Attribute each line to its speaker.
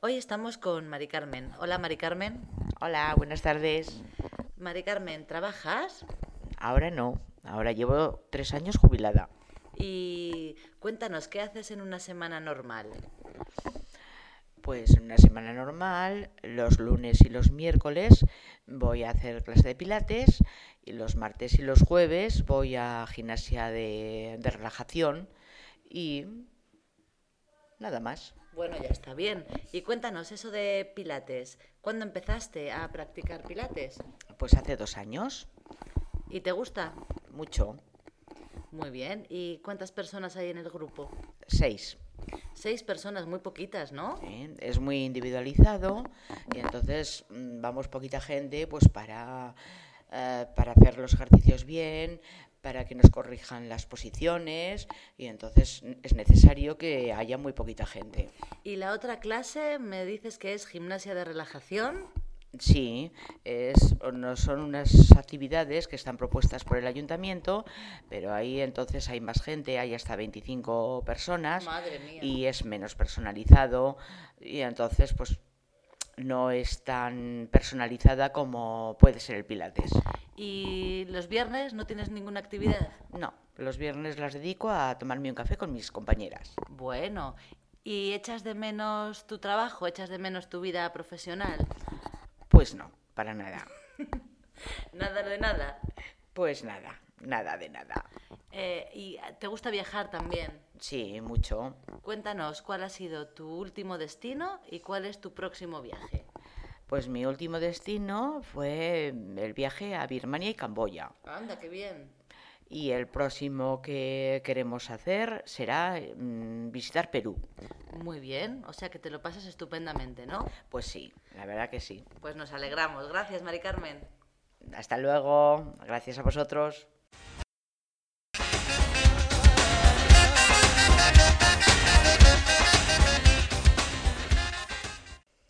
Speaker 1: Hoy estamos con Mari Carmen. Hola, Mari Carmen.
Speaker 2: Hola, buenas tardes.
Speaker 1: Mari Carmen, ¿trabajas?
Speaker 2: Ahora no, ahora llevo tres años jubilada.
Speaker 1: Y cuéntanos, ¿qué haces en una semana normal?
Speaker 2: Pues en una semana normal, los lunes y los miércoles voy a hacer clase de pilates y los martes y los jueves voy a gimnasia de, de relajación y nada más.
Speaker 1: Bueno, ya está bien. Y cuéntanos eso de Pilates. ¿Cuándo empezaste a practicar Pilates?
Speaker 2: Pues hace dos años,
Speaker 1: ¿Y te gusta?
Speaker 2: mucho,
Speaker 1: Muy bien. ¿Y cuántas personas hay en el grupo?
Speaker 2: seis.
Speaker 1: Seis personas, muy poquitas, ¿no?
Speaker 2: ¿eh? Es muy individualizado y entonces mm, vamos poquita gente pues para, eh, para hacer los ejercicios bien, para que nos corrijan las posiciones y entonces mm, es necesario que haya muy poquita gente.
Speaker 1: Y la otra clase me dices que es gimnasia de relajación.
Speaker 2: Sí, es, o no son unas actividades que están propuestas por el ayuntamiento, pero ahí entonces hay más gente, hay hasta 25 personas
Speaker 1: Madre mía.
Speaker 2: y es menos personalizado y entonces pues no es tan personalizada como puede ser el Pilates.
Speaker 1: ¿Y los viernes no tienes ninguna actividad?
Speaker 2: No, los viernes las dedico a tomarme un café con mis compañeras.
Speaker 1: Bueno. ¿Y echas de menos tu trabajo? ¿Echas de menos tu vida profesional?
Speaker 2: Pues no, para nada.
Speaker 1: Nada de nada.
Speaker 2: Pues nada, nada de nada.
Speaker 1: Eh, ¿Y te gusta viajar también?
Speaker 2: Sí, mucho.
Speaker 1: Cuéntanos cuál ha sido tu último destino y cuál es tu próximo viaje.
Speaker 2: Pues mi último destino fue el viaje a Birmania y Camboya.
Speaker 1: Anda, qué bien.
Speaker 2: Y el próximo que queremos hacer será mm, visitar Perú.
Speaker 1: Muy bien, o sea que te lo pasas estupendamente, ¿no?
Speaker 2: Pues sí, la verdad que sí.
Speaker 1: Pues nos alegramos. Gracias, Mari Carmen.
Speaker 2: Hasta luego. Gracias a vosotros.